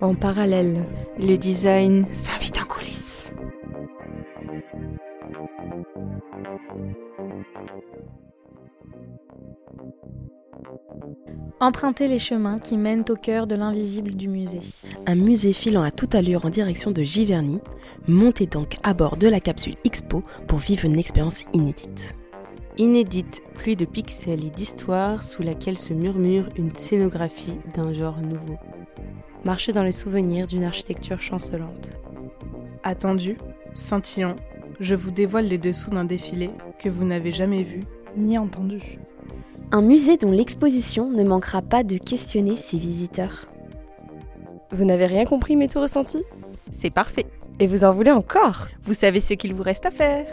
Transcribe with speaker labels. Speaker 1: En parallèle, le design s'invite en coulisses.
Speaker 2: Emprunter les chemins qui mènent au cœur de l'invisible du musée.
Speaker 3: Un musée filant à toute allure en direction de Giverny, montez donc à bord de la capsule Expo pour vivre une expérience inédite.
Speaker 4: Inédite, pluie de pixels et d'histoires sous laquelle se murmure une scénographie d'un genre nouveau.
Speaker 1: Marcher dans les souvenirs d'une architecture chancelante.
Speaker 5: Attendu, scintillant, je vous dévoile les dessous d'un défilé que vous n'avez jamais vu ni entendu.
Speaker 6: Un musée dont l'exposition ne manquera pas de questionner ses visiteurs.
Speaker 1: Vous n'avez rien compris mais tout ressenti
Speaker 7: C'est parfait.
Speaker 1: Et vous en voulez encore
Speaker 7: Vous savez ce qu'il vous reste à faire.